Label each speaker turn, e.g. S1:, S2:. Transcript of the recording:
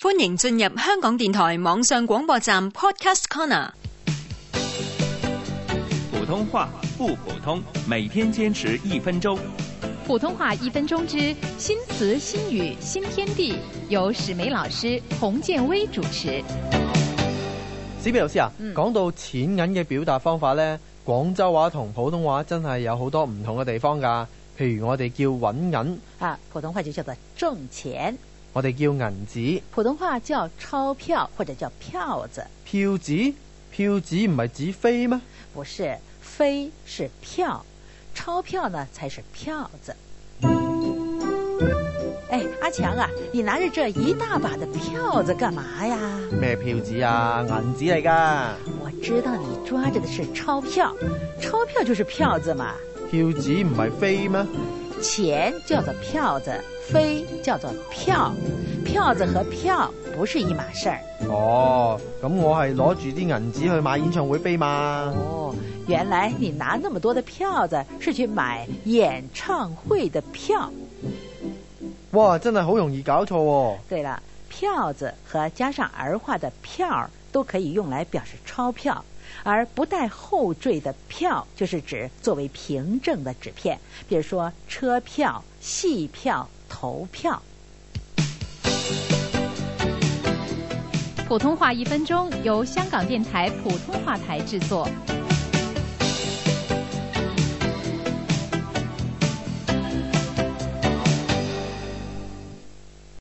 S1: 歡迎進入香港電台網上廣播站 Podcast Corner。
S2: 普通話不普通，每天堅持一分鐘。
S3: 普通話一分鐘之新詞新語新天地，由史梅老師洪建威主持。
S4: 史比老師啊，講、嗯、到錢銀嘅表達方法呢，廣州話同普通話真係有好多唔同嘅地方㗎。譬如我哋叫揾銀
S5: 啊，普通話就叫做掙錢；
S4: 我哋叫銀紙，
S5: 普通話叫鈔票或者叫票子。
S4: 票子，票子唔係指飛咩？
S5: 不是，飛是票，鈔票呢才是票子。哎，阿強啊，你拿着這一大把的票子幹嘛呀？
S4: 咩票子啊？銀紙嚟㗎。
S5: 我知道你抓着的是鈔票，鈔票就是票子嘛。
S4: 票子唔係飛咩？
S5: 錢叫做票子，飛叫做票。票子和票不是一碼事兒。
S4: 哦，咁我係攞住啲銀紙去買演唱會飛嘛。
S5: 哦，原來你拿那麼多的票子是去買演唱會的票。
S4: 哇，真係好容易搞錯哦。
S5: 對了，票子和加上兒化的票都可以用來表示鈔票。而不帶後綴的票，就是指作為憑證的紙片，比如說車票、戲票、投票。
S3: 普通話一分鐘由香港電台普通話台製作。